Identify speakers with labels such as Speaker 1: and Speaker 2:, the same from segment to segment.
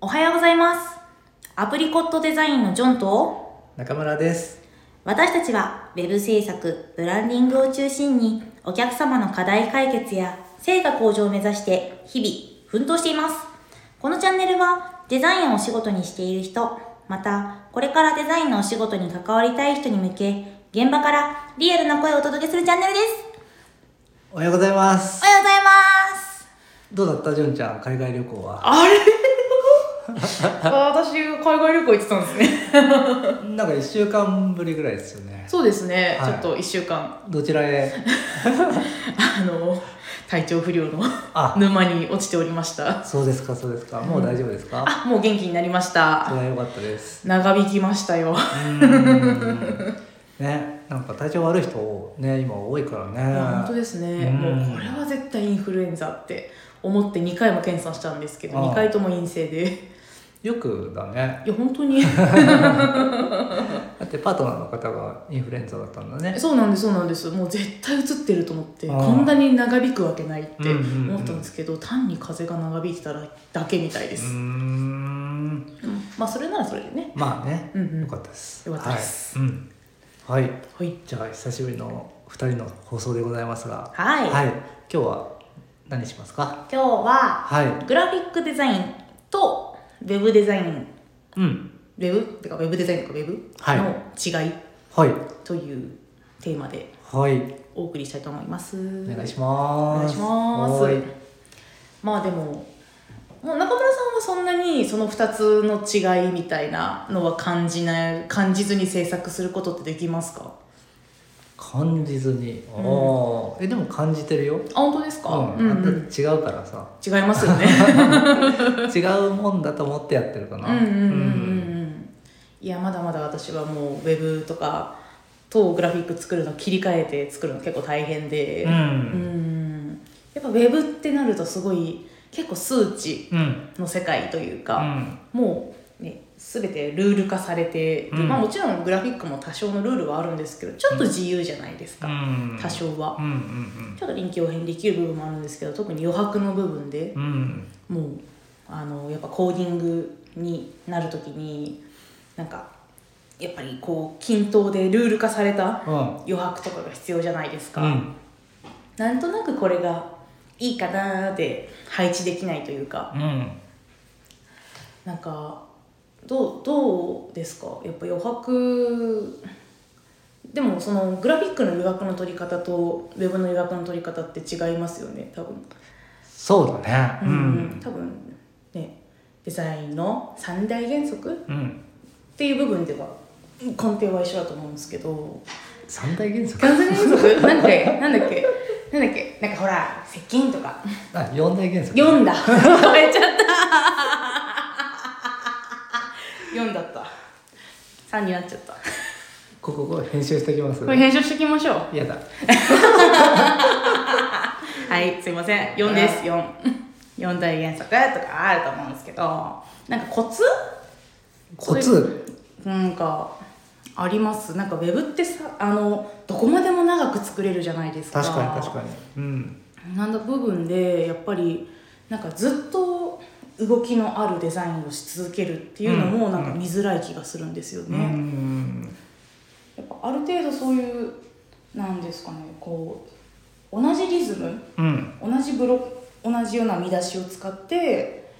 Speaker 1: おはようございます。アプリコットデザインのジョンと、
Speaker 2: 中村です。
Speaker 1: 私たちは Web 制作、ブランディングを中心に、お客様の課題解決や成果向上を目指して、日々、奮闘しています。このチャンネルは、デザインをお仕事にしている人、また、これからデザインのお仕事に関わりたい人に向け、現場からリアルな声をお届けするチャンネルです。
Speaker 2: おはようございます
Speaker 1: お。はようございます。
Speaker 2: どうだった、じゅんちゃん、海外旅行は。
Speaker 3: あれ私、海外旅行行ってたんですね。
Speaker 2: なんか一週間ぶりぐらいですよね。
Speaker 3: そうですね、
Speaker 2: はい
Speaker 3: ちょっと1週間、
Speaker 2: どちらへ。
Speaker 3: あの、体調不良の
Speaker 2: あ
Speaker 3: 沼に落ちておりました。
Speaker 2: そうですか、そうです か。もう大丈夫ですか。
Speaker 3: あ、もう元気になりまし
Speaker 2: それ
Speaker 3: た。
Speaker 2: は良かったです。
Speaker 3: 長引きましたよ。
Speaker 2: うーんね、なんか体調悪い人、ね、今多いから
Speaker 3: いや本当
Speaker 2: ね。
Speaker 3: ですね、
Speaker 2: うん
Speaker 3: もうこれは絶対インフルエンザって思って2回も検査したんですけど、
Speaker 2: ああ
Speaker 3: 2回とも陰性で。い
Speaker 2: よくだね。
Speaker 3: や、本 当に。
Speaker 2: だってパートナーの方がインフルエンザだったんだね。
Speaker 3: そうなんですそうなんですもう絶対映ってると思って
Speaker 2: あ
Speaker 3: こ
Speaker 2: ー
Speaker 3: んなに長引くわけないって
Speaker 2: うんうんうん
Speaker 3: 思ったんですけど、単に風が長引いてたらだけみたいで
Speaker 2: うー
Speaker 3: す、
Speaker 2: ん。
Speaker 3: うんまあそれならそれでね
Speaker 2: まあね、
Speaker 3: うんうん
Speaker 2: 良かったです。
Speaker 3: 良かったです
Speaker 2: はい。うん。はい。
Speaker 3: はい
Speaker 2: じゃあ久しぶりの二人の放送でございますが、
Speaker 1: はい。
Speaker 2: はい、今日は何しますか。
Speaker 1: 今日は、
Speaker 2: はい、
Speaker 1: グラフィックデザインと、ウェブデザイン
Speaker 2: うん、
Speaker 3: ウェブってかウェブデザインとかウェブ
Speaker 2: はい
Speaker 3: の違い
Speaker 2: はい、
Speaker 3: というテーマで
Speaker 2: はい、
Speaker 3: お送りしたいと思います。
Speaker 2: お願いします。
Speaker 3: お願いしますまあでももう中村さんはそんなにその2つの違いみたいなのは感じない感じずに制作することってできますか
Speaker 2: す。感じずに、ああ、え、でも感じてるよ。
Speaker 3: あ本当ですか、
Speaker 2: う、
Speaker 3: うんんうん
Speaker 2: だって違うから さ、
Speaker 3: 違いますよね
Speaker 2: 違うもんだと思ってやってるか
Speaker 3: う
Speaker 2: な。
Speaker 3: んうんうんうんうんいやまだまだ私はもうウェブとかとグラフィック作るの切り替えて作るの結構大変で、
Speaker 2: うん、う、
Speaker 3: うんんやっぱウェブってなるとすごい結構数値
Speaker 2: うん、
Speaker 3: の世界という
Speaker 2: う
Speaker 3: か、
Speaker 2: ん、
Speaker 3: もう、ね、全てルール化されて、で
Speaker 2: うん
Speaker 3: まあ、もちろんグラフィックも多少のルールはあるんですけどちょっと自由じゃないですか、
Speaker 2: うん、
Speaker 3: 多少は、
Speaker 2: うん、うん、
Speaker 3: ちょっと臨機応変にできる部分もあるんですけど特に余白の部分で
Speaker 2: うん、うん、
Speaker 3: もうあのやっぱコーディングになる時になんかやっぱりこう均等でルール化された
Speaker 2: うん、
Speaker 3: 余白とかが必要じゃないですか。
Speaker 2: うん、
Speaker 3: なんとなくこれがいいかなーで配置できないというか
Speaker 2: うん。
Speaker 3: なんかどうどうですかやっぱ余白でもそのグラフィックの余白の取り方とウェブの余白の取り方って違いますよね多分、
Speaker 2: そうだね。う
Speaker 3: うん
Speaker 2: ん、
Speaker 3: 多分ねデザインの三大原則っ
Speaker 2: うん、
Speaker 3: ていう部分では根底は一緒だと思うんですけど
Speaker 2: 三大原則。
Speaker 3: 完全原則なんで なんだっけなんだっけなんかほら接近とか
Speaker 2: あ、四大原則。
Speaker 3: 読んだ超えちゃった読んだった3になっちゃった
Speaker 2: ここここ編集してきます
Speaker 3: これ編集していきましょう
Speaker 2: 嫌だ
Speaker 3: はいすいません4です44大原則とかあると思うんですけどなんかコツ
Speaker 2: コツ
Speaker 3: なんかありますなんかウェブってさあのどこまでも長く作れるじゃないですか
Speaker 2: 確かに確かにうん
Speaker 3: なんだ部分でやっぱりなんかずっと動きのあるデザインをし続けるっていうの
Speaker 2: う
Speaker 3: も
Speaker 2: ん
Speaker 3: なんか見づらい気がするんですよ
Speaker 2: う
Speaker 3: ね。
Speaker 2: ん
Speaker 3: やっぱある程度そういうなんですかねこう同じリズム
Speaker 2: うん
Speaker 3: 同じブロ同じような見出しを使って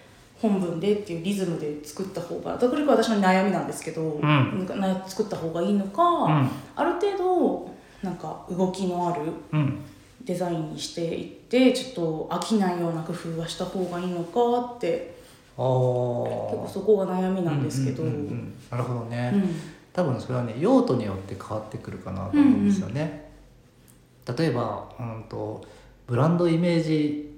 Speaker 3: 本文でっていうリズムで作った方がだからこれが私の悩みなんですけど、
Speaker 2: ん
Speaker 3: なんかな作った方がいいのか、
Speaker 2: ん
Speaker 3: ある程度なんか動きのある
Speaker 2: うん
Speaker 3: デザインにしていってちょっと飽きないような工夫はした方がいいのかって
Speaker 2: あ
Speaker 3: 結構
Speaker 2: ー
Speaker 3: そこが悩みなんですけど。
Speaker 2: う
Speaker 3: うんん
Speaker 2: うんうんうんなるほどね多分それはね用途によって変わってくるかなと思うんですよね例えばうんとブランドイメージ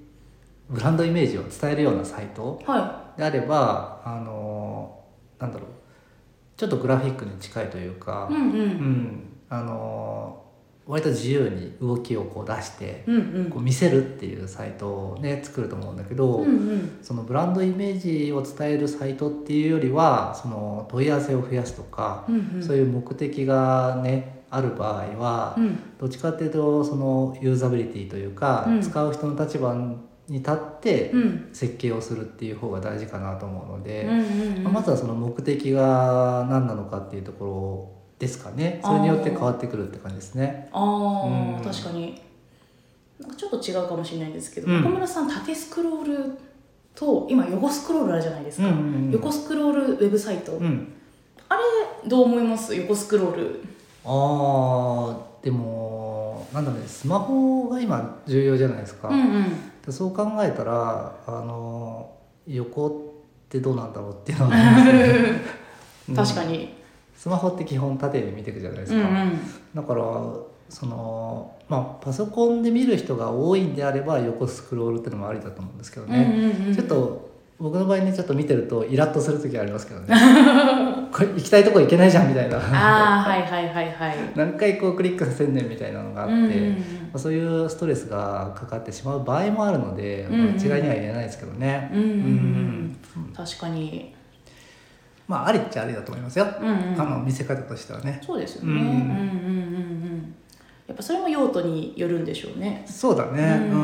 Speaker 2: ブランドイメージを伝えるようなサイト
Speaker 3: は
Speaker 2: であればあのーなんだろうちょっとグラフィックに近いというか
Speaker 3: い、うんう
Speaker 2: うんん、あのー割と自由に動きをこう出して
Speaker 3: うんうん
Speaker 2: こう見せるっていうサイトをね作ると思うんだけど、
Speaker 3: うんうん
Speaker 2: そのブランドイメージを伝えるサイトっていうよりはその問い合わせを増やすとか、
Speaker 3: うんうん
Speaker 2: そういう目的がねある場合は、
Speaker 3: うん
Speaker 2: どっちかっていうとそのユーザビリティというか、
Speaker 3: うん
Speaker 2: 使う人の立場に立って
Speaker 3: うん
Speaker 2: 設計をするっていう方が大事かなと思うので、
Speaker 3: うんうんうん
Speaker 2: まあまずはその目的が何なのかっていうところですかねそれによって変わってくるって感じですね。
Speaker 3: あ
Speaker 2: う
Speaker 3: あ
Speaker 2: ん
Speaker 3: 確かになんかちょっと違うかもしれないんですけど、
Speaker 2: うん
Speaker 3: 中村さん縦スクロールと今横スクロールあるじゃないですか、
Speaker 2: うんうんうん
Speaker 3: 横スクロールウェブサイト、
Speaker 2: うん、
Speaker 3: あれどう思います横スクロール
Speaker 2: あーでもなんだろうねスマホが今重要じゃないですか。
Speaker 3: うんうん
Speaker 2: でそう考えたらあの横ってどうなんだろうっていうのがありますねうん
Speaker 3: 確かに、
Speaker 2: スマホって基本縦で見ていくじゃないで
Speaker 3: う
Speaker 2: す
Speaker 3: んう
Speaker 2: か、
Speaker 3: ん、
Speaker 2: だからそのまあパソコンで見る人が多いんであれば横スクロールってのもありだと思うんですけど
Speaker 3: うん
Speaker 2: ね、
Speaker 3: うんうん
Speaker 2: ちょっと僕の場合ねちょっと見てるとイラッとする時ありますけど ねこれ行きたいとこ行けないじゃんみたいな
Speaker 3: ああはいはいはいはい
Speaker 2: 何回こうクリックさせんねんみたいなのがあって、
Speaker 3: うんうんうん
Speaker 2: まあ、そういうストレスがかかってしまう場合もあるので、
Speaker 3: うんうん
Speaker 2: まあ、一概には言えないですけどね。
Speaker 3: うんうんうん
Speaker 2: うん
Speaker 3: 確かに、
Speaker 2: まあありっちゃありだと思いますよ、
Speaker 3: うんうん、
Speaker 2: あの見せ方としてはね。
Speaker 3: そうですよね、
Speaker 2: うん
Speaker 3: うんうんうんうんやっぱそれも用途によるんでしょうね
Speaker 2: そうだね、
Speaker 3: う
Speaker 2: うん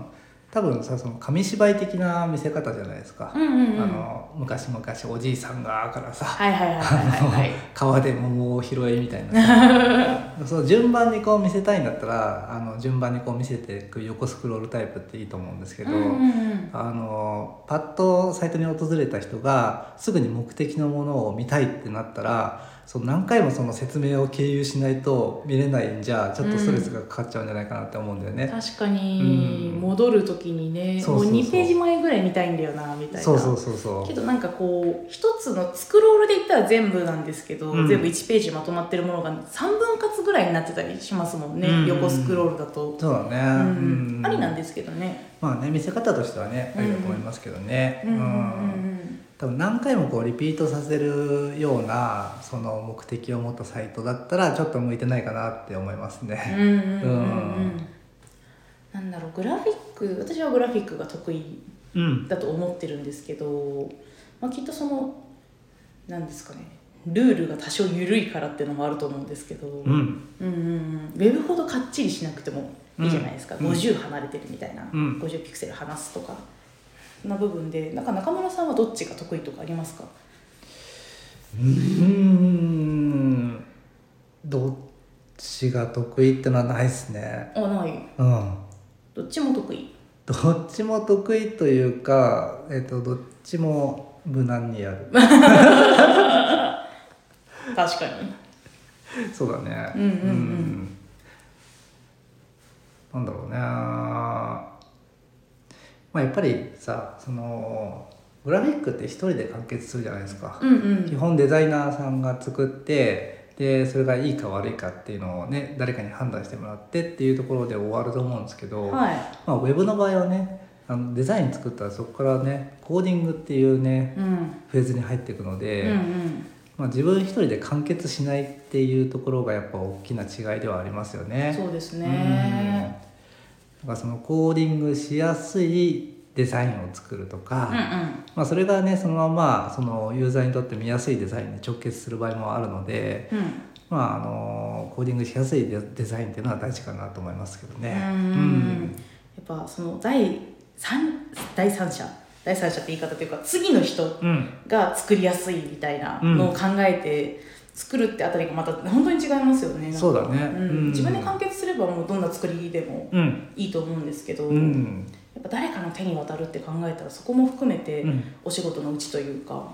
Speaker 2: ん多分さその紙芝居的な見せ方じゃないですか、
Speaker 3: うんうんうん
Speaker 2: あの昔々おじいさんがからさ、
Speaker 3: はいはいはいはいはいはい
Speaker 2: 川で桃を拾えみたいな その順番にこう見せたいんだったらあの順番にこう見せていく横スクロールタイプっていいと思うんですけど、
Speaker 3: うんうんうん
Speaker 2: あのパッとサイトに訪れた人がすぐに目的のものを見たいってなったらその何回もその説明を経由しないと見れないんじゃちょっとストレスがかかっちゃうんじゃないかなって思うんだよね。
Speaker 3: 確かに
Speaker 2: うん
Speaker 3: 戻る時にね、
Speaker 2: そうそうそう
Speaker 3: もう2ページ前ぐらい見たいんだよなみたいな
Speaker 2: そうそうそうそ
Speaker 3: けどなんかこう一つのスクロールで言ったら全部なんですけど、
Speaker 2: うん
Speaker 3: 全部1ページまとまってるものが3分割ぐらいになってたりしますもんね、
Speaker 2: うん
Speaker 3: 横スクロールだと
Speaker 2: う。、そうだね。
Speaker 3: う
Speaker 2: うんん
Speaker 3: ありなんですけどね。
Speaker 2: まあね見せ方としてはねありだと思いますけどね。
Speaker 3: うんうん
Speaker 2: うん多分何回もこうリピートさせるようなその目的を持ったサイトだったらちょっと向いてないかなって思います
Speaker 3: うんう
Speaker 2: ね。
Speaker 3: んうんうんう
Speaker 2: う
Speaker 3: ん
Speaker 2: ん
Speaker 3: なんだろうグラフィック私はグラフィックが得意
Speaker 2: うん。
Speaker 3: だと思ってるんですけど、まあ、きっとそのなんですかねルールが多少緩いからっていうのもあると思うんですけど、
Speaker 2: うん。
Speaker 3: うんうんうんウェブほどかっちりしなくてもいいじゃないですか、
Speaker 2: うん
Speaker 3: 50離れてるみたいな、
Speaker 2: うん
Speaker 3: 50ピクセル離すとかな部分でなんか中村さんはどっちが得意とかありますか
Speaker 2: うーん。どっちが得意ってのはないですね。
Speaker 3: あない
Speaker 2: うん。
Speaker 3: どっちも得意
Speaker 2: どっちも得意というか、えっ、とどっちも無難にや る。
Speaker 3: 確かに
Speaker 2: そうだね。
Speaker 3: うんうんうん
Speaker 2: んなんだろうね。まあやっぱりさ、そのグラフィックって一人で完結するじゃないですか。
Speaker 3: うんう
Speaker 2: 基
Speaker 3: ん
Speaker 2: 本デザイナーさんが作って。でそれがいいか悪いかっていうのをね誰かに判断してもらってっていうところで終わると思うんですけど、
Speaker 3: は
Speaker 2: まあ、ウェブの場合はねあのデザイン作ったらそこからねコーディングっていうね
Speaker 3: い、うん、
Speaker 2: フェーズに入っていくので、
Speaker 3: うんうん
Speaker 2: まあ、自分一人で完結しないっていうところがやっぱ大きな違いではありますよね。
Speaker 3: そうです
Speaker 2: うん
Speaker 3: ね
Speaker 2: だからそのコーディングしやすいデザインを作るとか、
Speaker 3: うんうん
Speaker 2: まあ、それがねそのままそのユーザーにとって見やすいデザインに直結する場合もあるので、
Speaker 3: うん
Speaker 2: まあ、あのコーディングしやすいデデザインっていうのは大事かなと思いますけどね。
Speaker 3: う
Speaker 2: う
Speaker 3: ん
Speaker 2: ん
Speaker 3: やっぱその第三第三者第三者って言い方というか次の人
Speaker 2: うん
Speaker 3: が作りやすいみたいなのを考えて作るってあたりがまた本当に違いますよね。なんか
Speaker 2: そうだね
Speaker 3: ん
Speaker 2: うん
Speaker 3: 自分で完結すればもうどんな作りでも
Speaker 2: うん
Speaker 3: いいと思うんですけど、
Speaker 2: うん
Speaker 3: やっぱ誰かの手に渡るって考えたらそこも含めて
Speaker 2: うん
Speaker 3: お仕事のうちというか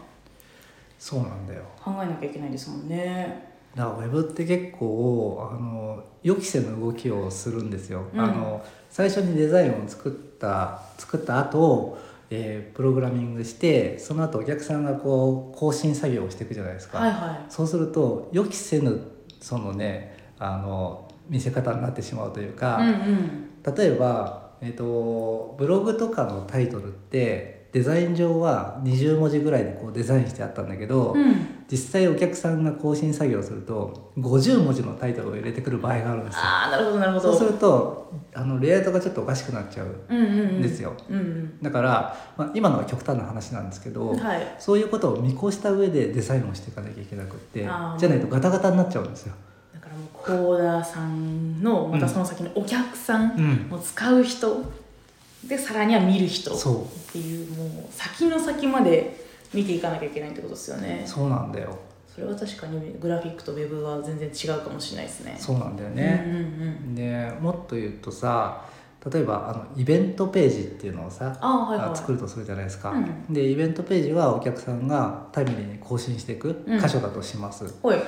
Speaker 2: そうなんだよ
Speaker 3: 考えなきゃいけないですもんね。
Speaker 2: だからウェブって結構あの予期せぬ動きをするんですよ、
Speaker 3: うん
Speaker 2: あの最初にデザインを作った作った後、えープログラミングしてその後お客さんがこう更新作業をしていくじゃないですか、
Speaker 3: はいは
Speaker 2: そうすると予期せぬそのねあの見せ方になってしまうというか、
Speaker 3: い。うんうん。
Speaker 2: 例えば、えっとブログとかのタイトルってデザイン上は20文字ぐらいでこうデザインしてあったんだけど、
Speaker 3: うん。
Speaker 2: 実際お客さんが更新作業をすると50文字のタイトルを入れてくる場合があるんですよ
Speaker 3: ああなるほどなるほ
Speaker 2: そ
Speaker 3: ど。
Speaker 2: うするとあのレイアウトがちょっとおかしくなっちゃう
Speaker 3: うんうんうんん。
Speaker 2: ですよ、
Speaker 3: うん
Speaker 2: だから、まあ、今のは極端な話なんですけど、
Speaker 3: うん。はい。
Speaker 2: そういうことを見越した上でデザインをしていかなきゃいけなくってじ
Speaker 3: あー
Speaker 2: ゃないとガタガタになっちゃうんですよ、
Speaker 3: だからもうコーダーさんのまたその先のお客さん
Speaker 2: うん
Speaker 3: もう使う人でさらには見る人っ
Speaker 2: そ
Speaker 3: ていうもう先の先まで見ていかなきゃいけないってことですよね
Speaker 2: うそうなんだよ
Speaker 3: それは確かにグラフィックとウェブは全然違うかもしれないですね
Speaker 2: そうなんだよ
Speaker 3: う
Speaker 2: ね、
Speaker 3: んうんうん、
Speaker 2: でもっと言うとさ例えばあのイベントページっていうのをさ
Speaker 3: あはいはい
Speaker 2: 作るとするじゃないですか、
Speaker 3: う
Speaker 2: でイベントページはお客さんがタイムリーに更新していく
Speaker 3: うん
Speaker 2: 箇所だとします、
Speaker 3: はい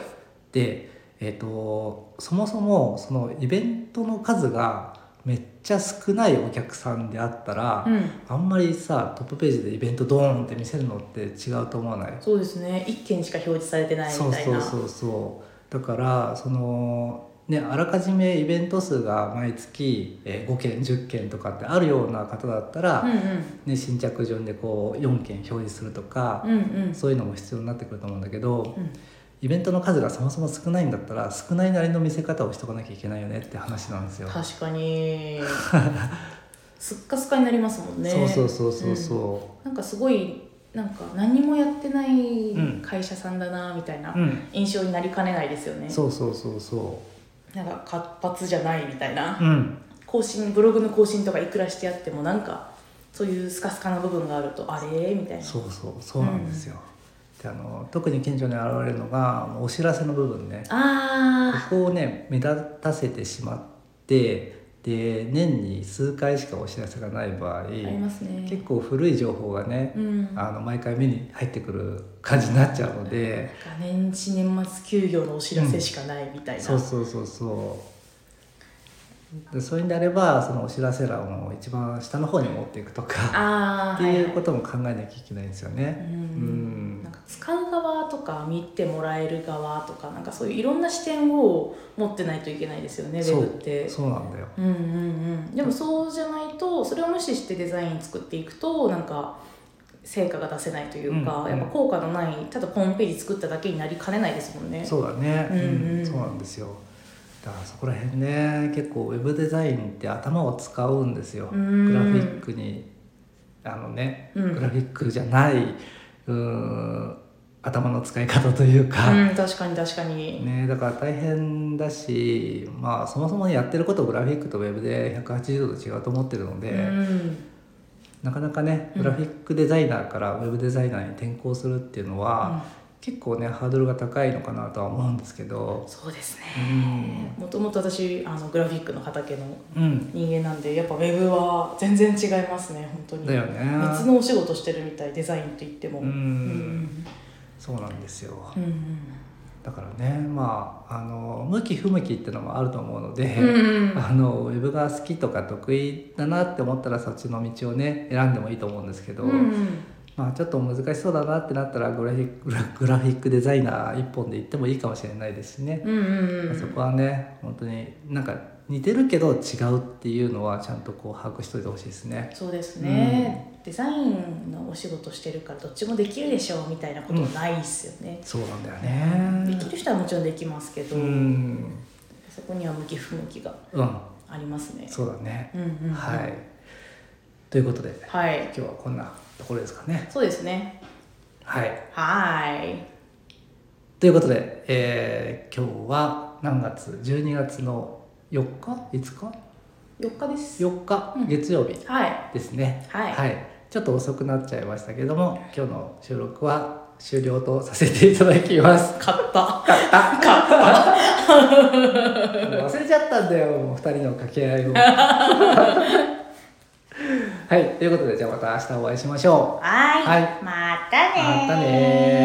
Speaker 2: で、えー、とそもそもそのイベントの数がめっちゃ少ないお客さんであったら、
Speaker 3: うん
Speaker 2: あんまりさトップページでイベントドーンって見せるのって違うと思わない
Speaker 3: そうですね一件しか表示されてないみた
Speaker 2: そ
Speaker 3: いうな
Speaker 2: そうそうそうだからそのねあらかじめイベント数が毎月えー5件10件とかってあるような方だったら、
Speaker 3: うん
Speaker 2: ね、新着順でこう4件表示するとか、
Speaker 3: うんうんうん
Speaker 2: そういうのも必要になってくると思うんだけど
Speaker 3: うん
Speaker 2: イベントの数がそもそも少ないんだったら少ないなりの見せ方をしとかなきゃいけないよねって話なんですよ。
Speaker 3: 確 かにすっかすかになりますもんね
Speaker 2: そうそうそうそう
Speaker 3: うん
Speaker 2: そ
Speaker 3: なんかすごいなんか何もやってない
Speaker 2: うん
Speaker 3: 会社さんだなみたいな
Speaker 2: う。うん、
Speaker 3: 印象になりかねないですよね、
Speaker 2: そうそうそうそ
Speaker 3: なんか活発じゃないみたいな、
Speaker 2: う。うん、
Speaker 3: 更新ブログの更新とかいくらしてやってもなんかそういうスカスカな部分があるとあれみたいな
Speaker 2: そうそうそうなんですよ、であの特に顕著に現れるのがお知らせの部分ねこ
Speaker 3: あ
Speaker 2: こをね目立たせてしまってで年に数回しかお知らせがない場合
Speaker 3: ーありますね
Speaker 2: 結構古い情報がね、
Speaker 3: うん
Speaker 2: あの毎回目に入ってくる感じになっちゃうので、
Speaker 3: なんか年始年末休業のお知らせしかないみたいな、
Speaker 2: そうそうそうそうでそういうんであればそのお知らせ欄を一番下の方に持っていくとか
Speaker 3: ああ
Speaker 2: っていうことも考えなきゃいけないんですよね。
Speaker 3: う
Speaker 2: うん
Speaker 3: んなんか使う側とか見てもらえる側とかなんかそういういろんな視点を持ってないといけないですよねウェ
Speaker 2: そ
Speaker 3: ブ
Speaker 2: う
Speaker 3: って
Speaker 2: そうなんだよ
Speaker 3: うんうんうん、でもそうじゃないとそれを無視してデザイン作っていくとなんか成果が出せないというか、
Speaker 2: うん
Speaker 3: やっぱ効果のないただホームページ作っただけになりかねないですもんね。
Speaker 2: そうだね、うん
Speaker 3: うんうん
Speaker 2: そうなんですよだからそこら辺ね結構ウェブデザインって頭を使うんですよ、
Speaker 3: うん
Speaker 2: グラフィックにあのね、
Speaker 3: うん
Speaker 2: グラフィックじゃないうーん頭の使い方というか、
Speaker 3: うん、確かに確かに、
Speaker 2: ね、だから大変だしまあそもそもやってることをグラフィックとウェブで180度違うと思ってるので、
Speaker 3: うん
Speaker 2: なかなかね
Speaker 3: うん
Speaker 2: グラフィックデザイナーからウェブデザイナーに転向するっていうのは、結構ねハードルが高いのかなとは思うんですけど
Speaker 3: そうですね
Speaker 2: うん、
Speaker 3: もともと私あのグラフィックの畑の
Speaker 2: うん、
Speaker 3: 人間なんでやっぱウェブは全然違いますね本当に
Speaker 2: だよね
Speaker 3: 別のお仕事してるみたいデザインと言っても
Speaker 2: う
Speaker 3: うん
Speaker 2: んそうなんですよ、
Speaker 3: うん
Speaker 2: だからねまああの向き不向きってのもあると思うので、
Speaker 3: うんうん
Speaker 2: あのウェブが好きとか得意だなって思ったらそっちの道をね選んでもいいと思うんですけど、
Speaker 3: うんうん
Speaker 2: まあちょっと難しそうだなってなったらグラフィック グラグラフィックデザイナー一本で行ってもいいかもしれないですしね、
Speaker 3: うんうんう
Speaker 2: まあ
Speaker 3: ん
Speaker 2: そこはね本当になんか似てるけど違うっていうのはちゃんとこう把握しといてほしいですね。
Speaker 3: そうですね、デザインのお仕事してるからどっちもできるでしょうみたいなことないっすよね、
Speaker 2: そうなんだよね。
Speaker 3: できる人はもちろんできますけど、
Speaker 2: うん、
Speaker 3: そこには向き不向きが
Speaker 2: うん、
Speaker 3: ありますね
Speaker 2: そうだね。
Speaker 3: うんうんうん
Speaker 2: はい。ということで、
Speaker 3: はい
Speaker 2: 今日はこんなところですかね。
Speaker 3: そうですね
Speaker 2: はい。
Speaker 3: はい
Speaker 2: ということで、えー今日は何月？12月の4日？5
Speaker 3: 4日です
Speaker 2: 日？4日、
Speaker 3: うん
Speaker 2: 月曜日
Speaker 3: はい
Speaker 2: ですね。
Speaker 3: はい
Speaker 2: ちょっと遅くなっちゃいましたけども、今日の収録は終了とさせていただきます。
Speaker 3: 買った
Speaker 2: 忘れちゃったんだよ、もう二人の掛け合いを。はい、ということで、じゃあまた明日お会いしましょう。
Speaker 1: はい、
Speaker 2: はい
Speaker 1: またねー
Speaker 2: またねー